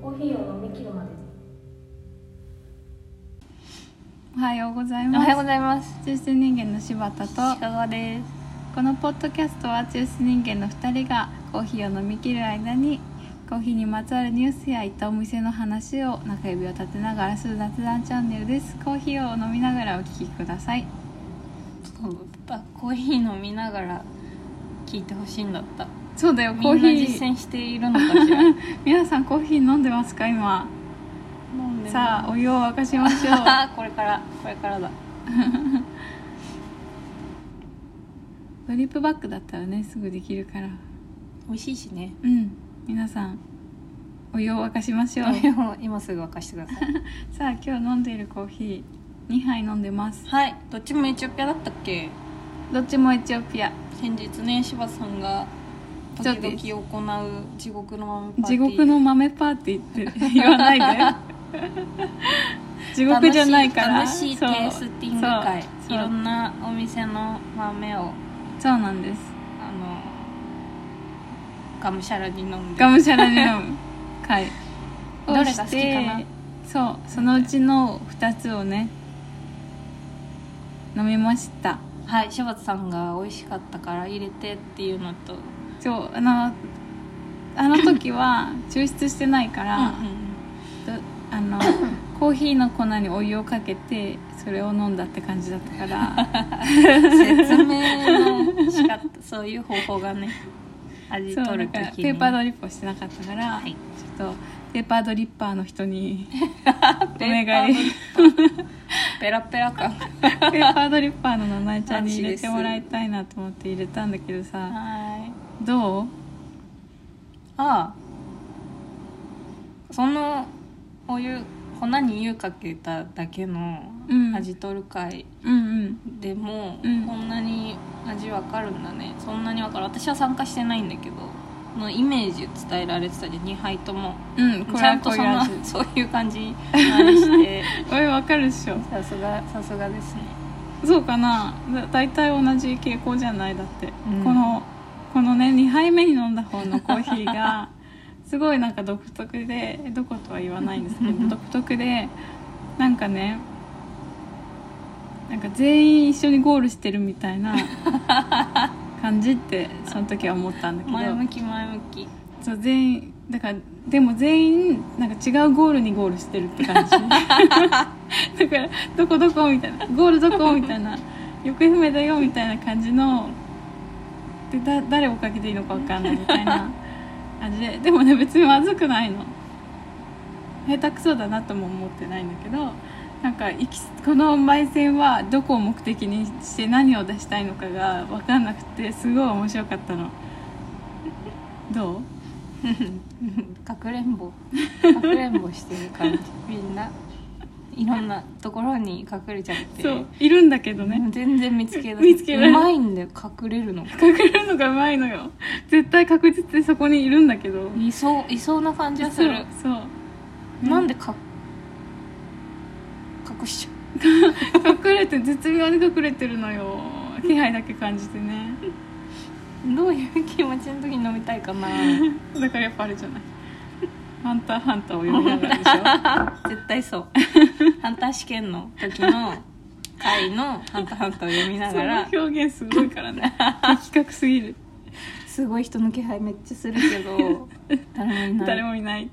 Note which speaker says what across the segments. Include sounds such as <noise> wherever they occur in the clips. Speaker 1: コーヒーを飲み切るまで
Speaker 2: おはようござい
Speaker 3: お
Speaker 2: ま
Speaker 3: は
Speaker 2: す
Speaker 3: ようございます。
Speaker 2: 中心人間の柴田と
Speaker 3: 鹿川です。
Speaker 2: このポッドキャストは中心人間の2人がコーヒーを飲み切る間にコーヒーにまつわるニュースや行ったお店の話を中指を立てながらする雑談チャンネルですコーヒーを飲みながらお聞きください
Speaker 3: ちょっとやっぱコーヒー飲みながら聞いてほしいんだった。
Speaker 2: そうだよコー
Speaker 3: みん
Speaker 2: ヒ
Speaker 3: な
Speaker 2: ー
Speaker 3: 実践しているのかしら。飲
Speaker 2: 皆さんコーヒー飲んでますか今
Speaker 3: んで
Speaker 2: さあお湯を沸かしましょう <laughs>
Speaker 3: あこれからこれからだ。
Speaker 2: ドリップバッグだったらねすぐできるから
Speaker 3: 美味しいしね。
Speaker 2: うん皆さんお湯を沸かしましょう
Speaker 3: お湯を今すぐ沸かしてください。
Speaker 2: さあ今日飲んでいるコーヒー2杯飲んでます
Speaker 3: はい。どっちもエチオピアだったっけ？
Speaker 2: どっちもエチオピア
Speaker 3: 先日ね柴さんが
Speaker 2: ちょっ
Speaker 3: 時
Speaker 2: と
Speaker 3: 々行う地獄の豆パーティー
Speaker 2: 地獄の豆パーティーって言わないで地獄じゃないから
Speaker 3: 楽しい楽しいテイスティング会
Speaker 2: そうそ
Speaker 3: い
Speaker 2: う
Speaker 3: ろんなお店の豆を
Speaker 2: そうなんです
Speaker 3: あのがむしゃらに飲んで
Speaker 2: がむしゃらに飲む会
Speaker 3: どれが好きかな
Speaker 2: そうそのうちの2つをね飲みました
Speaker 3: はい柴田さんが美味しかったから入れてっていうのと
Speaker 2: そうあのあの時は抽出してないから、どあ
Speaker 3: <coughs>
Speaker 2: のコーヒーの粉にお湯をかけてそれを飲んだって感じだったから
Speaker 3: <laughs> 説明の仕方そういう方法がね
Speaker 2: <laughs>
Speaker 3: 味
Speaker 2: そう
Speaker 3: 取
Speaker 2: だ
Speaker 3: る
Speaker 2: から
Speaker 3: 時に
Speaker 2: ペーパードリップをしてなかったから、
Speaker 3: はい
Speaker 2: ちょっとペーパードリッパーの人にお
Speaker 3: <laughs> ペーパ
Speaker 2: 願
Speaker 3: ー
Speaker 2: い <laughs>
Speaker 3: ドリップペラペラ感
Speaker 2: ペーパードリッパーの名前ちゃんに入れてもらいたいなと思って入れたんだけど
Speaker 3: <laughs>
Speaker 2: さ
Speaker 3: はい
Speaker 2: どう
Speaker 3: ああそのお湯粉に湯かけただけの
Speaker 2: うん
Speaker 3: 味取る会
Speaker 2: うんうん
Speaker 3: でも、
Speaker 2: うん
Speaker 3: こんなに味わかるんだねそんなにわかる私は参加してないんだけどのイメージ伝えられてたじゃん2杯とも
Speaker 2: うんこ
Speaker 3: ち
Speaker 2: れ
Speaker 3: ゃ
Speaker 2: は
Speaker 3: んと
Speaker 2: こう
Speaker 3: そ
Speaker 2: いう
Speaker 3: の
Speaker 2: 味
Speaker 3: そういう感じにして
Speaker 2: <laughs> おいわかるっしょ
Speaker 3: <laughs> さすがさすがですね
Speaker 2: そうかなだ大体同じ傾向じゃないだって、
Speaker 3: うん
Speaker 2: このこのね2杯目に飲んだ方のコーヒー
Speaker 3: <laughs>
Speaker 2: がすごいなんか独特でどことは言わないんですけど独特でなんかねなんか全員一緒にゴールしてるみたいな感じってその時は思ったんだけど
Speaker 3: <laughs> 前向き前向き
Speaker 2: そう全員だからでも全員なんか違うゴールにゴールしてるって感じだからどこどこみたいなゴールどこみたいな行方不明だよみたいな感じのでだ誰をかけていいのか分かんないみたいな感じででもね別にまずくないの下手くそだなとも思ってないんだけどなんか行きこの焙煎はどこを目的にして何を出したいのかが分かんなくてすごい面白かったのどう
Speaker 3: かくれん <laughs> ぼかくれんぼしてる感じみんないろんなところに隠れちゃって
Speaker 2: そういるんだけどね
Speaker 3: 全然見つけない
Speaker 2: 見つけられ
Speaker 3: う
Speaker 2: ない
Speaker 3: まいんだよ隠れるの
Speaker 2: 隠れるのがうまいのよ絶対確実にそこにいるんだけど
Speaker 3: いそういそうな感じがする
Speaker 2: そうそう
Speaker 3: なんでか隠しちゃ
Speaker 2: 隠れて絶妙に隠れてるのよ気配だけ感じてね
Speaker 3: うどういう気持ちの時に飲みたい <laughs> かな
Speaker 2: だからやっぱあれじゃない「ハンターハンター」を読みながら
Speaker 3: <laughs>
Speaker 2: で
Speaker 3: 絶対 <laughs> そうハンター試験の時の回の「ハンターハンター」を読みながら
Speaker 2: しょその表現すごいからね的確す
Speaker 3: <laughs>
Speaker 2: ぎる
Speaker 3: すごい人の気配めっちゃするけ <laughs> ど誰もいない
Speaker 2: 誰もいない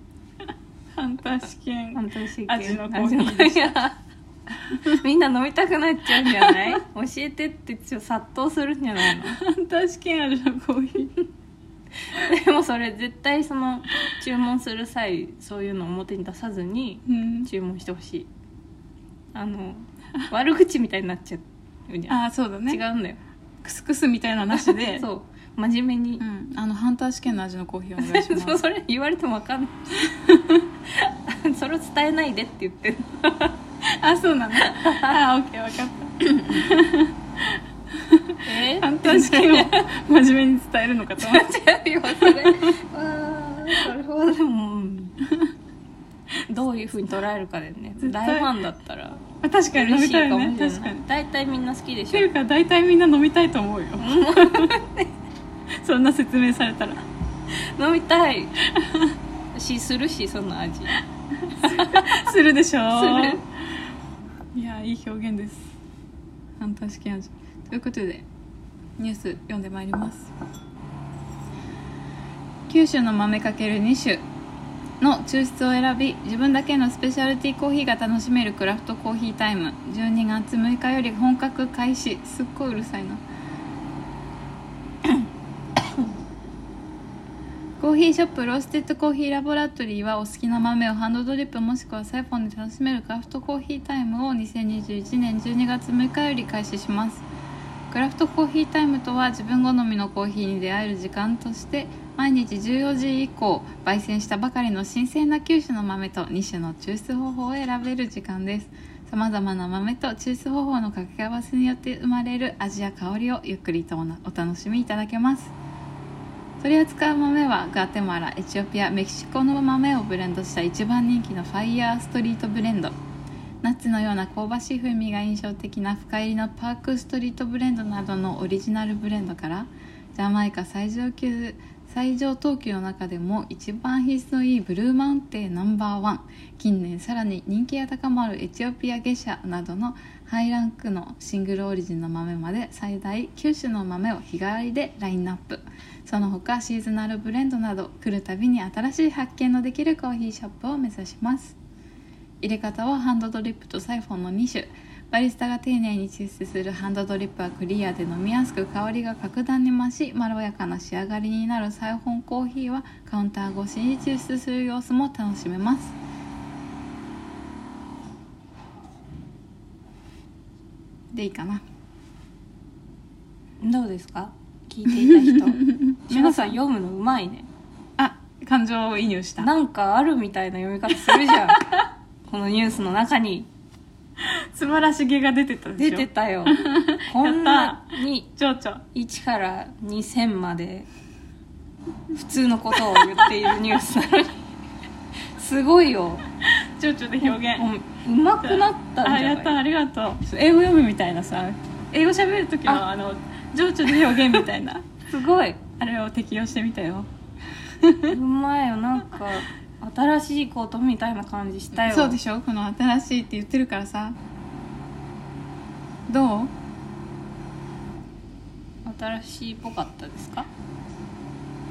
Speaker 2: ハンター試
Speaker 3: ハ
Speaker 2: 験
Speaker 3: ンター試験
Speaker 2: 味のコーヒーでし
Speaker 3: <laughs> みんな飲みたくなっちゃうんじゃない教えてってちょっと殺到するんじゃない <laughs> の
Speaker 2: ハンター試験味のコーヒー
Speaker 3: でもそれ絶対その注文する際そういうの表に出さずに
Speaker 2: うん
Speaker 3: 注文してほしいあの悪口みたいになっちゃうじゃん、
Speaker 2: ああそうだね
Speaker 3: 違うんだよ
Speaker 2: クスクスみたいなのなしで
Speaker 3: <laughs> そう真面目に
Speaker 2: う、ん、あのハンター試験の味のコーヒーお願いし
Speaker 3: で
Speaker 2: <laughs>
Speaker 3: も
Speaker 2: ます
Speaker 3: <laughs> それ言われてもわかん <laughs> ないそれを伝えないでって言ってる
Speaker 2: あそうなの <laughs> あオッケー分かっ
Speaker 3: え
Speaker 2: たハンター試験を真面目に伝えるのかと思って
Speaker 3: 違うよそれあーそれはでもうんどういうふうに捉えるかでね
Speaker 2: 絶対
Speaker 3: 大ファンだったら
Speaker 2: あ <laughs> 確かに飲
Speaker 3: 嬉
Speaker 2: み
Speaker 3: しいか
Speaker 2: たい
Speaker 3: も
Speaker 2: ね
Speaker 3: しれ
Speaker 2: 確か
Speaker 3: ない
Speaker 2: に
Speaker 3: 大体みんな好きで
Speaker 2: て
Speaker 3: し
Speaker 2: いう
Speaker 3: ょ
Speaker 2: か大体みんな飲みたいと思うよ <laughs> そんな説明されたら
Speaker 3: 飲み
Speaker 2: <laughs>
Speaker 3: たいしするしその味
Speaker 2: <laughs> するでしょ
Speaker 3: す
Speaker 2: いやいい表現です半年期味ということでニュース読んでまいります九州の豆かける2種の抽出を選び自分だけのスペシャルティーコーヒーが楽しめるクラフトコーヒータイム12月6日より本格開始すっごいうるさいなコーヒーショップローステッドコーヒーラボラトリーはお好きな豆をハンドドリップもしくはサイフォンで楽しめるクラフトコーヒータイムを2021年12月6日より開始しますクラフトコーヒータイムとは自分好みのコーヒーに出会える時間として毎日14時以降焙煎したばかりの新鮮な9種の豆と2種の抽出方法を選べる時間ですさまざまな豆と抽出方法の掛け合わせによって生まれる味や香りをゆっくりとおなお楽しみいただけます取り扱う豆はガテマラエチオピアメキシコの豆をブレンドした一番人気のファイヤーストリートブレンドナッツのような香ばしい風味が印象的な深入りのパークストリートブレンドなどのオリジナルブレンドからジャマイカ最上級最上等級の中でも一番品質のいいブルーマウンテンナンバーワン近年さらに人気が高まるエチオピアゲシャなどのハイランクのシングルオリジンの豆まで最大9種の豆を日替わりでラインナップその他シーズナルブレンドなど来るたびに新しい発見のできるコーヒーショップを目指します入れ方はハンドドリップとサイフォンの2種バリスタが丁寧に抽出するハンドドリップはクリアで飲みやすく香りが格段に増しまろやかな仕上がりになるサイフォンコーヒーはカウンター越しに抽出する様子も楽しめますでいいかな
Speaker 3: どうですか聞いていた
Speaker 2: <laughs>
Speaker 3: 人皆さん読むのうまいね
Speaker 2: あ感情移入した
Speaker 3: なんかあるみたいな読み方するじ
Speaker 2: <laughs>
Speaker 3: ゃんこのニュースの中に
Speaker 2: 素晴らしげが出てたで
Speaker 3: 出
Speaker 2: しょ
Speaker 3: て
Speaker 2: <laughs>
Speaker 3: たよこんなに
Speaker 2: ちょうちょう
Speaker 3: 1から2000まで普通のことを言っているニュースなのに
Speaker 2: <laughs>
Speaker 3: すごいよ
Speaker 2: ちょうちょうで表現
Speaker 3: うまくなったんじゃない
Speaker 2: あやったありがとう英語読みみたいなさ英語喋る時のあ
Speaker 3: あ
Speaker 2: の情緒で表現みたいな <laughs>
Speaker 3: すごい
Speaker 2: あれを適用してみたよ
Speaker 3: うまいよなんか新しいことみたいな感じしたよ
Speaker 2: そうでしょこの新しいって言ってるからさどう
Speaker 3: 新しいっぽかったですか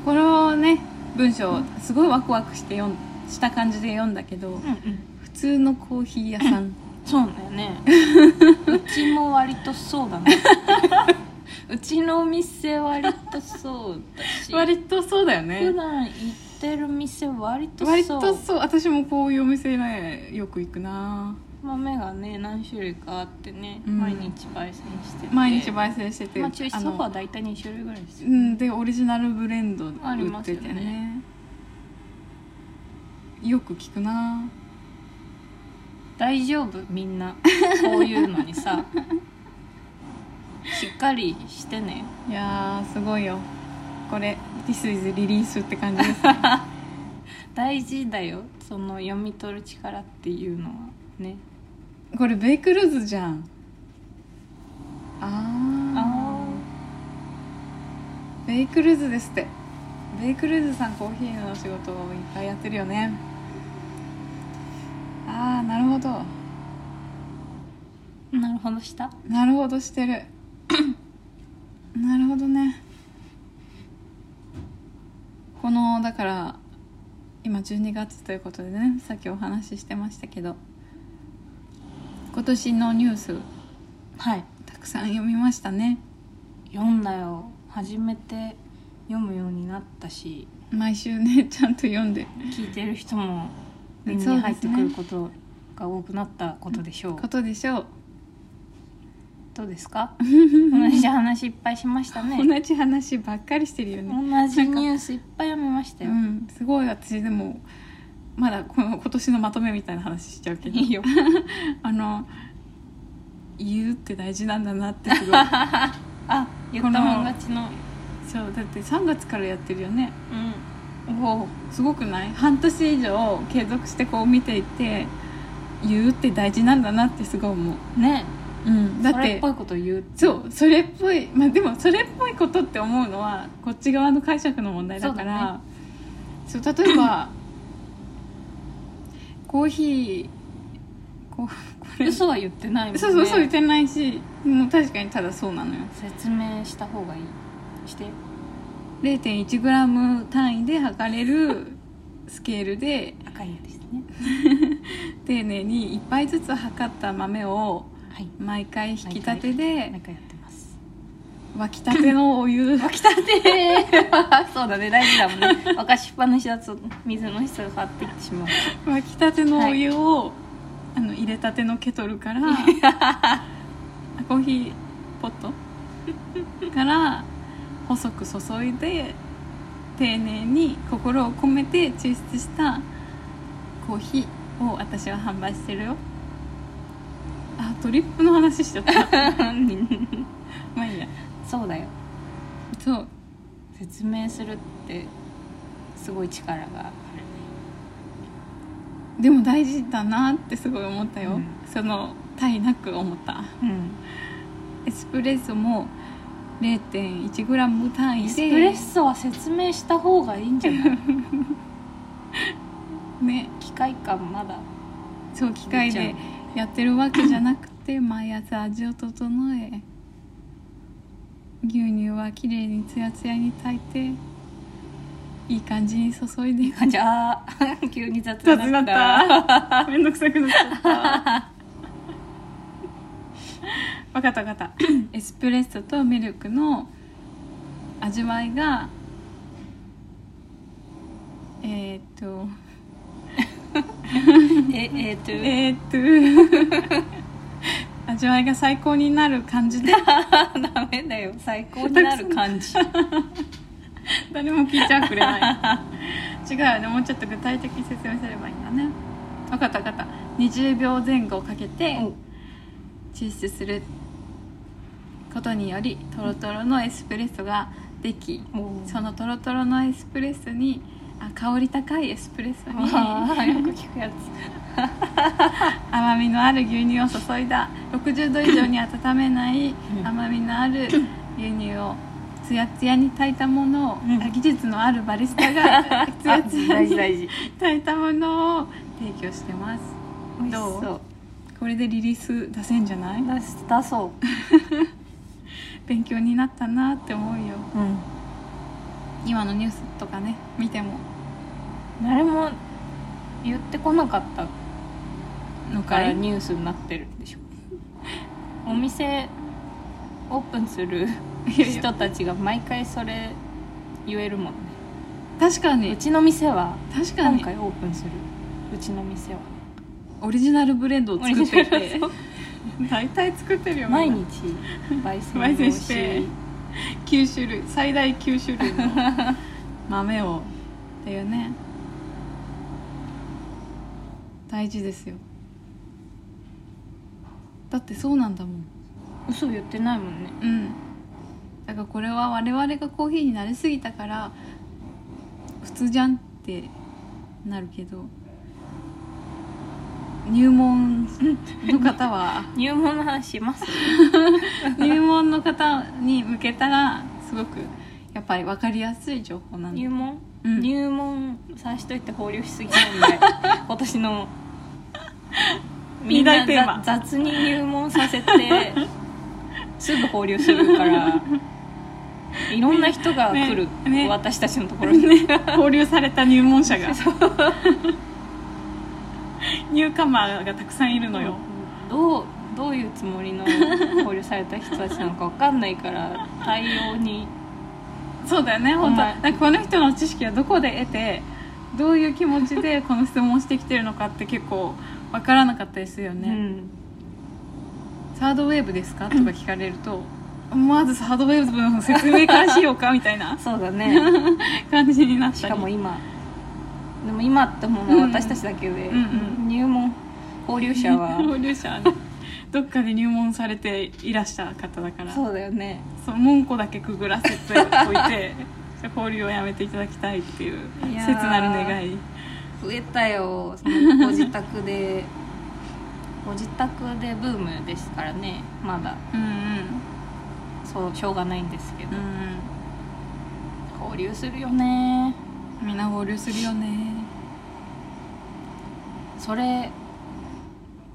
Speaker 2: このね文章すごいワクワクして読んした感じで読んだけど
Speaker 3: うんうん
Speaker 2: 普通のコーヒー屋さん
Speaker 3: そうだよねうちも割とそうだ
Speaker 2: <laughs>
Speaker 3: ねうちのお店割とそうだ
Speaker 2: <laughs>
Speaker 3: し
Speaker 2: 割とそうだよね
Speaker 3: 普段行ってる店割とそう
Speaker 2: 割とそう私もこういうお店ねよく行くな
Speaker 3: 豆がね何種類かあってね、
Speaker 2: うん
Speaker 3: 毎日焙煎してて
Speaker 2: 毎日焙煎してて、
Speaker 3: まあ抽
Speaker 2: あ
Speaker 3: 出
Speaker 2: の
Speaker 3: そばは大体2種類ぐらいです
Speaker 2: う
Speaker 3: よ
Speaker 2: ん、でオリジナルブレンド売ってて
Speaker 3: ありますよ
Speaker 2: ねよく聞くな
Speaker 3: 大丈夫みんなこういうのにさしっかりしてね
Speaker 2: いやーすごいよこれ「This is リリース」って感じです <laughs>
Speaker 3: 大事だよその読み取る力っていうのはね
Speaker 2: これベイクルーズじゃんあ
Speaker 3: あ
Speaker 2: あベイクルーズですってベイクルーズさんコーヒーの仕事をいっぱいやってるよねああなるほど
Speaker 3: あなるほどした
Speaker 2: なるほどしてる <coughs> なるほどねこのだから今12月ということでねさっきお話ししてましたけど今年のニュース
Speaker 3: はい
Speaker 2: たくさん読みましたね
Speaker 3: 読んだよ初めて読むようになったし
Speaker 2: 毎週ねちゃんと読んで
Speaker 3: 聞いてる人も耳
Speaker 2: そう
Speaker 3: に
Speaker 2: ですね
Speaker 3: 入ってくることが多くなったことでしょう
Speaker 2: ことでしょう、
Speaker 3: どうですか同じ話いっぱいしましたね <laughs>
Speaker 2: 同じ話ばっかりしてるよ
Speaker 3: 同
Speaker 2: ね
Speaker 3: じニュースいっぱい読みました
Speaker 2: う
Speaker 3: よ、
Speaker 2: んすごい私でもまだこの今年のまとめみたいな話しちゃうけど
Speaker 3: いいよ
Speaker 2: <laughs> あの言うって大事なんだなってす
Speaker 3: <laughs>
Speaker 2: ごい
Speaker 3: あ言ったもん勝ちの
Speaker 2: そうだって3月からやってるよね
Speaker 3: うんおお
Speaker 2: すごくない半年以上継続してこう見ていて言うって大事なんだなってすごい思う、
Speaker 3: ね
Speaker 2: うん、だ
Speaker 3: だ
Speaker 2: っ
Speaker 3: ってそれっぽいこと言う
Speaker 2: そうそれっぽいまあでもそれっぽいことって思うのはこっち側の解釈の問題だからそう、例えばコーヒーこうこれ
Speaker 3: 嘘は言ってないもんね
Speaker 2: そうそうそう言ってないしもう確かにただそうなのよ
Speaker 3: 説明した方がいいして
Speaker 2: 0.1g 単位で測れるスケールで
Speaker 3: 赤いやですね
Speaker 2: 丁寧に1杯ずつ測った豆を
Speaker 3: はい
Speaker 2: 毎回引き立て
Speaker 3: なん
Speaker 2: で
Speaker 3: かやってます
Speaker 2: 沸きたてのお <laughs> 湯沸きた
Speaker 3: で <laughs> そうだね大事だもんね <laughs> 沸かしっぱなしだと水の質が張っていってしまう
Speaker 2: 沸きたてのお湯を、あの入れたてのケトルからコーヒーポットから細く注いで丁寧に心を込めて抽出したコーヒーを私は販売してるよあドリップの話しちゃったまあいいや
Speaker 3: そうだよ
Speaker 2: そう
Speaker 3: 説明するってすごい力がある
Speaker 2: でも大事だなってすごい思ったよ、
Speaker 3: うん
Speaker 2: そのたいなく思った
Speaker 3: うん
Speaker 2: エスプレッソも 0.1g 単
Speaker 3: エ
Speaker 2: 位
Speaker 3: スプレッ
Speaker 2: で
Speaker 3: ソは説明した方がいいんじゃ <laughs> ない
Speaker 2: ね
Speaker 3: 機械感まだ
Speaker 2: そう機械
Speaker 3: 出ちゃ
Speaker 2: でやってるわけじゃなくて <laughs> 毎朝味を整え牛乳はきれいにツヤツヤに炊いていい感じに注いでいく
Speaker 3: じゃあ <laughs> 急に雑
Speaker 2: 雑
Speaker 3: に
Speaker 2: に
Speaker 3: な
Speaker 2: な
Speaker 3: っ
Speaker 2: ったためんどくさくなっちゃ <laughs> った分かった分かったエスプレッソとミルクの味わいがえー、っと
Speaker 3: <laughs> ええー、と、
Speaker 2: えー、っと <laughs> 味わいが最高になる感じで
Speaker 3: <laughs> ダメだよ最高になる感じ
Speaker 2: <laughs> 誰も聞いちゃくれない <laughs> 違うよねもうちょっと具体的に説明すればいいんだね分かった分かった20秒前後かけて抽出することによりトロトロのエスプレッソができ
Speaker 3: もう
Speaker 2: そのトロトロのエスプレッソにあ香り高いエスプレッソに
Speaker 3: あーよく聞くやつ
Speaker 2: <laughs> 甘みのある牛乳を注いだ60度以上に温めない
Speaker 3: うん
Speaker 2: 甘みのある牛乳をつやつやに炊いたものを、
Speaker 3: ん
Speaker 2: あ技術のあるバリスタ
Speaker 3: <laughs>
Speaker 2: がつやつや
Speaker 3: 大
Speaker 2: に
Speaker 3: 事大事
Speaker 2: 炊いたものを提供してます
Speaker 3: 美味し
Speaker 2: どう
Speaker 3: そう
Speaker 2: これでリリース出せんじゃない
Speaker 3: 出す出そう
Speaker 2: 勉強になったなって思うよ
Speaker 3: うん
Speaker 2: 今のニュースとかね見ても
Speaker 3: 誰も言ってこなかった
Speaker 2: の
Speaker 3: か
Speaker 2: からい
Speaker 3: ニュースになってる
Speaker 2: <laughs>
Speaker 3: んでしょお店オープンする
Speaker 2: いやいや
Speaker 3: 人たちが毎回それ言えるもんね
Speaker 2: 確か
Speaker 3: う
Speaker 2: に
Speaker 3: ちの店は
Speaker 2: 確か
Speaker 3: 今
Speaker 2: に
Speaker 3: 回オープンするうちの店は
Speaker 2: オリジナルブレンドを作って
Speaker 3: オリジ
Speaker 2: て
Speaker 3: ナル
Speaker 2: 大体作ってるよみんな
Speaker 3: <laughs> 毎日焙
Speaker 2: 焙
Speaker 3: 煎
Speaker 2: 煎
Speaker 3: を
Speaker 2: し
Speaker 3: してて
Speaker 2: 9種類最大9種類の豆をっていうね大事ですよだってそうなんだもん
Speaker 3: 嘘言ってないもんね
Speaker 2: うんだからこれは我々がコーヒーに慣れすぎたから普通じゃんってなるけど入門の方は
Speaker 3: 入門の話します
Speaker 2: 入門の方に向けたらすごくやっぱり分かりやすい情報なんで
Speaker 3: 入門、
Speaker 2: うん
Speaker 3: 入門さしといて放流しすぎなん
Speaker 2: <laughs>
Speaker 3: で今年のみんな
Speaker 2: 二大テーマ
Speaker 3: ざ雑に入門させて
Speaker 2: <laughs>
Speaker 3: すぐ放流するからいろんな人が来る、
Speaker 2: ねね
Speaker 3: 私たちのところに、
Speaker 2: <laughs> 交流された入門者が <laughs> ニューカマーがたくさんいるのよ、
Speaker 3: どうどういうつもりの放流された人たちなのかわかんないから対応に
Speaker 2: そうだよね
Speaker 3: ほん
Speaker 2: 本当な
Speaker 3: ま
Speaker 2: んかこの人の知識はどこで得てどういう気持ちでこの質問をしてきてるのかって結構わからなかったですよ
Speaker 3: う
Speaker 2: ね、
Speaker 3: ん
Speaker 2: サードウェーブですかとか聞かれると、まずサードウェーブの説明からしようかみたいな
Speaker 3: そうだ <laughs> ね
Speaker 2: 感じになったり
Speaker 3: しかも今でも今ってものは私たちだけで、
Speaker 2: んうん
Speaker 3: 入門放流者は
Speaker 2: 交流者はねどっかで入門されていらした方だから
Speaker 3: そうだよね
Speaker 2: その門戸だけくぐらせておいて交流をやめていただきたいっていう
Speaker 3: いやー
Speaker 2: 切なる願い
Speaker 3: 増えたよそのご自宅で <laughs> ご自宅でブームですからねまだ
Speaker 2: うん
Speaker 3: そうしょうがないんですけど、
Speaker 2: うんうん
Speaker 3: 交流するよね
Speaker 2: みんな合流するよね
Speaker 3: それ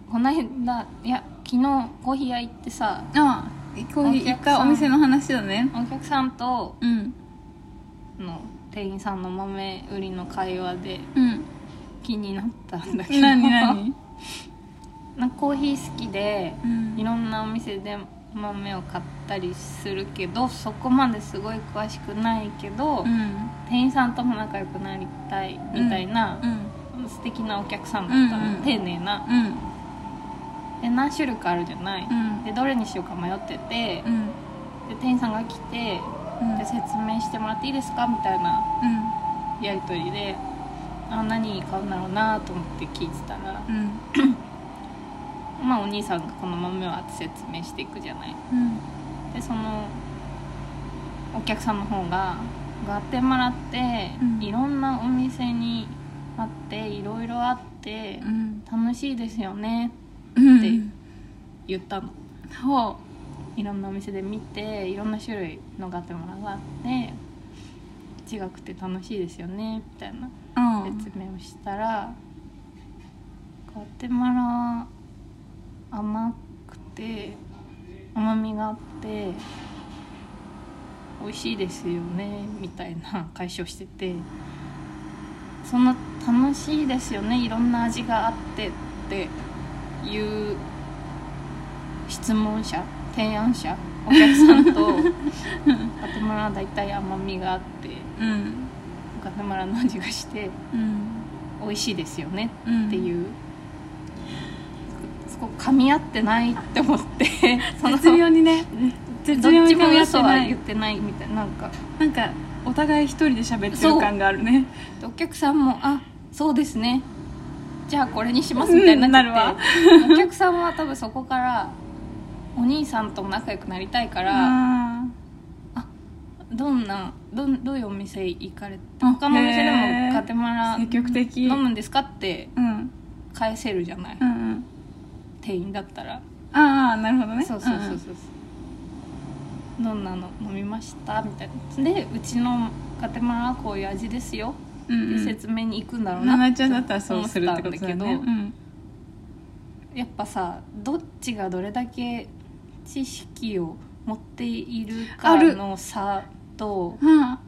Speaker 3: この間いや昨日コーヒー屋行ってさ
Speaker 2: あコーヒー行ったお店の話だね
Speaker 3: お客さんと
Speaker 2: うん
Speaker 3: の店員さんの豆売りの会話で
Speaker 2: うん
Speaker 3: 気になったんだけど
Speaker 2: 何何
Speaker 3: <laughs> なんかコーヒー好きで
Speaker 2: うん
Speaker 3: いろんなお店で豆を買ったりするけどそこまですごい詳しくないけど、
Speaker 2: うん
Speaker 3: 店員さんとも仲良くなりたいみたいな
Speaker 2: う、ん
Speaker 3: 素敵なお客さんだったの、
Speaker 2: うんうん
Speaker 3: 丁寧な
Speaker 2: うん
Speaker 3: で何種類かあるじゃない、
Speaker 2: うん
Speaker 3: でどれにしようか迷ってて、
Speaker 2: うん
Speaker 3: で店員さんが来て
Speaker 2: うん
Speaker 3: で説明してもらっていいですかみたいなやり取りであ何買うんだろうなと思って聞いてたら、
Speaker 2: うんうん
Speaker 3: まあ、お兄さんがこの豆を説明していくじゃない
Speaker 2: うん
Speaker 3: でそのお客さんの方がガテマラって
Speaker 2: うん
Speaker 3: いろんなお店にあっていろいろあって
Speaker 2: うん
Speaker 3: 楽しいですよね
Speaker 2: うん
Speaker 3: で言ったの
Speaker 2: ほ
Speaker 3: いろんなお店で見ていろんな種類のガテマラがあって違くて楽しいですよねみたいな
Speaker 2: ううん
Speaker 3: 説明をしたらガテマラ甘くて甘みがあって美味しいですよねみたいな <laughs> 解消しててその楽しいですよねいろんな味があってっていう質問者提案者お客さんとガテマラは大体甘みがあって
Speaker 2: うん
Speaker 3: ガテマラの味がして。
Speaker 2: うん
Speaker 3: 美味しいですよね
Speaker 2: うん
Speaker 3: っていう、すごく噛み合ってないって思って
Speaker 2: <laughs>
Speaker 3: その
Speaker 2: 絶妙にね絶
Speaker 3: ど
Speaker 2: 妙
Speaker 3: っ
Speaker 2: に
Speaker 3: ちも
Speaker 2: 噛み合って
Speaker 3: 嘘は
Speaker 2: な
Speaker 3: 言
Speaker 2: い
Speaker 3: ってないみたいななんか
Speaker 2: なんかお互い一人で喋ってる感があるね
Speaker 3: お客さんも「あそうですねじゃあこれにします」みたいになっちゃって、 <laughs> お客さんは多分そこからお兄さんとも仲良くなりたいから、
Speaker 2: あ
Speaker 3: どんなどんどういうお店行かれて
Speaker 2: あ
Speaker 3: 他のお店で
Speaker 2: へ
Speaker 3: も
Speaker 2: ー
Speaker 3: ガテマ
Speaker 2: あ
Speaker 3: ラ
Speaker 2: 積極的
Speaker 3: 飲むんですかって
Speaker 2: うん
Speaker 3: 返せるじゃない、
Speaker 2: うんうん
Speaker 3: 店員だったら。
Speaker 2: ああなるほどね
Speaker 3: そうそうそうそうそうどんなの飲みましたみたいなでうちのガテマラはこういう味ですよ
Speaker 2: うん
Speaker 3: って
Speaker 2: うん
Speaker 3: 説明に行くんだろうな
Speaker 2: ナナちゃんだっ
Speaker 3: っ
Speaker 2: た
Speaker 3: て
Speaker 2: らそうするってこと
Speaker 3: 思
Speaker 2: だ
Speaker 3: たんけど
Speaker 2: ねうん
Speaker 3: やっぱさどっちがどれだけ知識を持っているか
Speaker 2: ある
Speaker 3: の差と
Speaker 2: は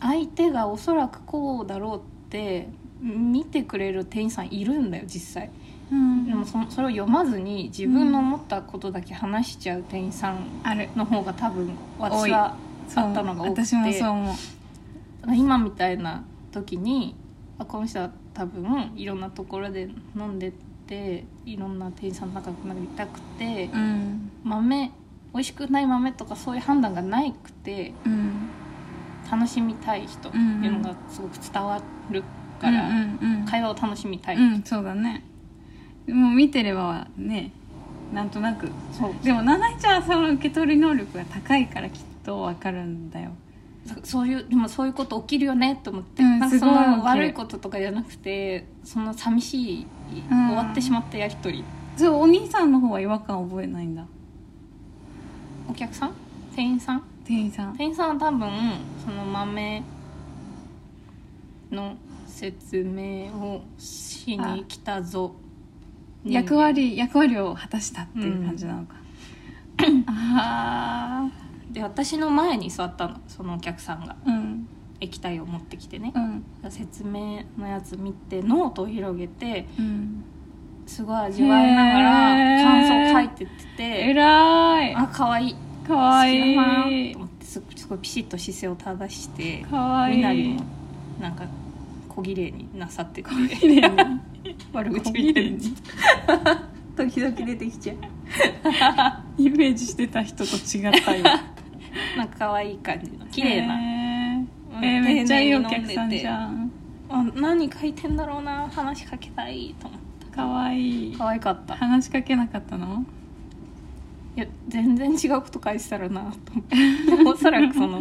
Speaker 3: 相手がおそらくこうだろうって見てくれる店員さんいるんだよ実際
Speaker 2: あう
Speaker 3: で
Speaker 2: ん
Speaker 3: もそそれを読まずに自分の思ったことだけ話しちゃう店員さん
Speaker 2: ある
Speaker 3: の方が多分
Speaker 2: 多
Speaker 3: 私
Speaker 2: い
Speaker 3: は
Speaker 2: そう
Speaker 3: あったのが多くて
Speaker 2: 私もそう思う
Speaker 3: 今みたいな時にあこの人は多分いろんなところで飲んでっていろんな店員さんの仲良くなりたくて、
Speaker 2: うん
Speaker 3: 豆美味しくない豆とかそういう判断がないくて
Speaker 2: うん
Speaker 3: 楽しみたい人っていうのがすごく伝わるから、
Speaker 2: うんうんうん
Speaker 3: 会話を楽しみたい、
Speaker 2: うんそうだねもう見てればねなんとなく
Speaker 3: そう
Speaker 2: でもナナちゃんはその受け取り能力が高いからきっとわかるんだよ
Speaker 3: そそういうでもそういうこと起きるよねと思って、
Speaker 2: うん
Speaker 3: なんかその
Speaker 2: すごい起きる
Speaker 3: 悪いこととかじゃなくてその寂しい、
Speaker 2: うん
Speaker 3: 終わってしまったやり取り
Speaker 2: そうお兄さんの方は違和感覚えないんだ
Speaker 3: お客さん店員さん
Speaker 2: 店員さん
Speaker 3: 店員さんは多分その豆の説明をしに来たぞ人間
Speaker 2: 役割役割を果たしたっていう感じなのか、あ
Speaker 3: で私の前に座ったのそのお客さんが
Speaker 2: あうん
Speaker 3: 液体を持ってきてね
Speaker 2: う、ん
Speaker 3: 説明のやつ見てノートを広げて
Speaker 2: うん
Speaker 3: すごい味わいながら
Speaker 2: へー
Speaker 3: 感想を書いてって
Speaker 2: え
Speaker 3: て
Speaker 2: らい
Speaker 3: あ可愛い
Speaker 2: かわ
Speaker 3: 好きだない
Speaker 2: い
Speaker 3: と思ってすすごいピシッと姿勢を正して
Speaker 2: かわいい
Speaker 3: みなりもなんか小綺麗になさってて悪口言ってるんで <laughs> 時々出てきちゃう
Speaker 2: イメージしてた人と違ったよ <laughs>
Speaker 3: なんか可愛い感じの綺麗な、
Speaker 2: な
Speaker 3: うん
Speaker 2: えーめっちゃいいお
Speaker 3: 丁寧
Speaker 2: 客
Speaker 3: に
Speaker 2: さ
Speaker 3: 飲
Speaker 2: ん
Speaker 3: でて
Speaker 2: じゃん
Speaker 3: あ何書いてんだろうな話しかけたいと思って
Speaker 2: かわいい
Speaker 3: 可愛かったい
Speaker 2: 話しかけなかったの
Speaker 3: や全然違うこと書いてたらなと <laughs> 思っておそらくその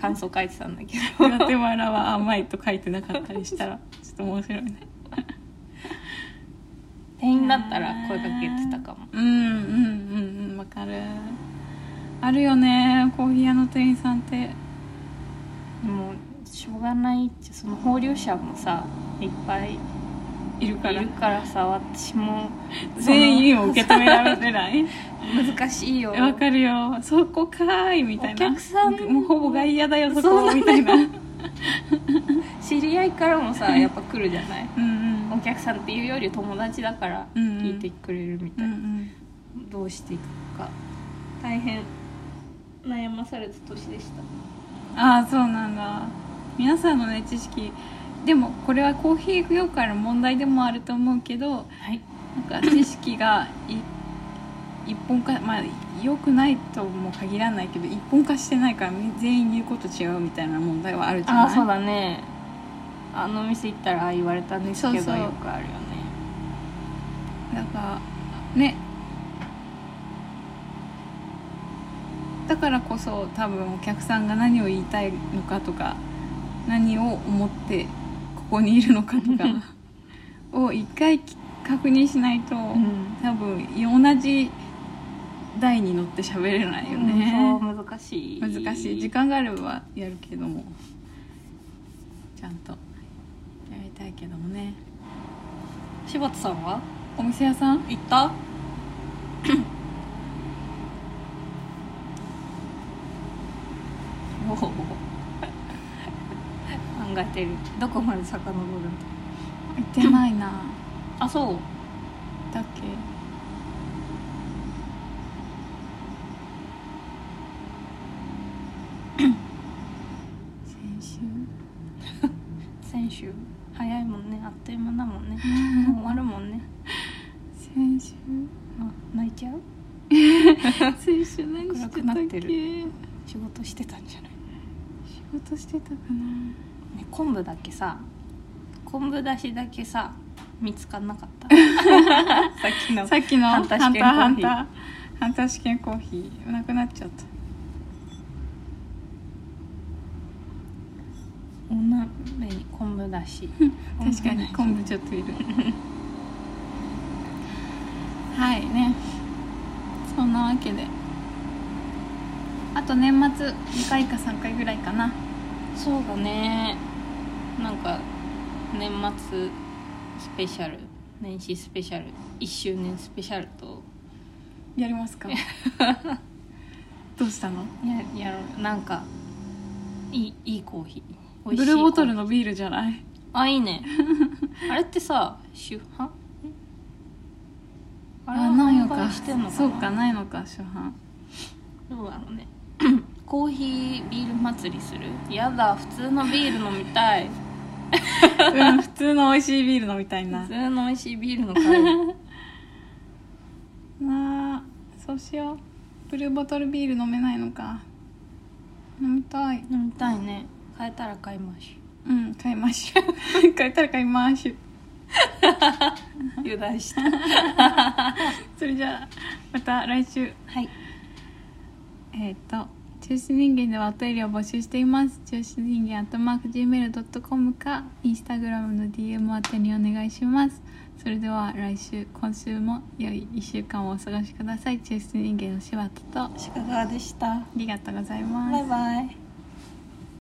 Speaker 3: 感想書いてたんだけど
Speaker 2: ガテマラは甘いと書いてなかったりしたらちょっと面白いね
Speaker 3: 店員だったら声かけてたかも
Speaker 2: うんうんうんうんわかるあるよねコーヒー屋の店員さんって
Speaker 3: でもしょうがないっちゃその放流者もさいっぱい
Speaker 2: いるか
Speaker 3: い
Speaker 2: ら
Speaker 3: るからさ私も
Speaker 2: 全員を受け止められてない
Speaker 3: 難しいよ
Speaker 2: わかるよそこかーいみたいな
Speaker 3: お客さん
Speaker 2: もうほぼ外野だよそ
Speaker 3: そう
Speaker 2: こ
Speaker 3: なん
Speaker 2: みたいな
Speaker 3: <laughs>
Speaker 2: うん
Speaker 3: 知り合いからもさやっぱ来るじゃない
Speaker 2: うん
Speaker 3: お客さんっていうより友達だから
Speaker 2: うんうん
Speaker 3: 聞いてくれる
Speaker 2: う
Speaker 3: みたいな、
Speaker 2: ん
Speaker 3: どうしていくか大変悩まされた年でした
Speaker 2: うんああそうなんだ皆さんのね知識でもこれはコーヒー業界の問題でもあると思うけど
Speaker 3: はい
Speaker 2: なんか知識がい一本化まあ良くないとも限らないけど一本化してないからみ全員言うこと違うみたいな問題はあるじゃない
Speaker 3: ああそうだねあの店行ったらああ言われたんですけど
Speaker 2: そうそう
Speaker 3: よくあるよね
Speaker 2: だからねだからこそ多分お客さんが何を言いたいのかとか何を思ってここにいるのかとか
Speaker 3: <laughs>
Speaker 2: を一回確認しないと、
Speaker 3: ん
Speaker 2: 多分同じ台に乗って喋れないよね、
Speaker 3: うんそう難しい
Speaker 2: 難しい時間があればやるけどもちゃんとやりたいけどもね
Speaker 3: 柴田さんは
Speaker 2: お店屋さん
Speaker 3: 行ったおお考えてるどこまで遡るんだ
Speaker 2: 行ってないな
Speaker 3: あそう
Speaker 2: だっけ先週
Speaker 3: 先週早いもんねあっという間だ <laughs> もんねもう終わるもんね
Speaker 2: 先週
Speaker 3: あ泣いちゃう
Speaker 2: 先週何してたっけ
Speaker 3: 暗くなってる仕事してたんじゃない
Speaker 2: 仕事してたかな
Speaker 3: ね昆布だけさ昆布だしだけさ見つかんなかった <laughs> さっき
Speaker 2: <laughs>
Speaker 3: の
Speaker 2: さっきの
Speaker 3: ハ
Speaker 2: ハ
Speaker 3: ン
Speaker 2: ン
Speaker 3: タ
Speaker 2: ター
Speaker 3: ー試験コーヒー
Speaker 2: ハンターハンター試験コーヒーなくなっちゃった
Speaker 3: お鍋に昆布だ <laughs> し
Speaker 2: 確かに昆布ちょっといるはいねそんなわけであと年末2回か3回ぐらいかな
Speaker 3: そうだねなんか年末スペシャル年始スペシャル1周年スペシャルと
Speaker 2: やりますか <laughs> どうしたの
Speaker 3: ややろうなんかいいいいコーヒー美
Speaker 2: ブ
Speaker 3: 味しい
Speaker 2: ルーボトル
Speaker 3: コーヒ
Speaker 2: のビールじゃない
Speaker 3: ーあいいね <laughs> あれってさ主犯んあれは
Speaker 2: ない
Speaker 3: 販
Speaker 2: のか
Speaker 3: 売してんのかな
Speaker 2: そうかないのか初版
Speaker 3: どうだろうね <coughs> コーヒービール祭りするやだ普通のビール飲みたい
Speaker 2: うん普通の美味しいビール飲みたいな
Speaker 3: 普通の美味しいビールの <laughs> 会
Speaker 2: なあそうしようブルーボトルビール飲めないのか飲みたい
Speaker 3: 飲みたいね買えたら買いまし
Speaker 2: うん買いましょう <laughs> 買えたら買いましょう
Speaker 3: ょう <laughs> 油断した
Speaker 2: それじゃあまた来週
Speaker 3: はい
Speaker 2: えっ、と中止人間ではお便りを募集しています中止人間アットマーク Gmail.com かインスタグラムの DM 宛てにお願いしますそれでは来週今週も良い1週間をお過ごしください中止人間の柴田とあ
Speaker 3: 鹿川でした
Speaker 2: りがとうございます
Speaker 3: バイバイ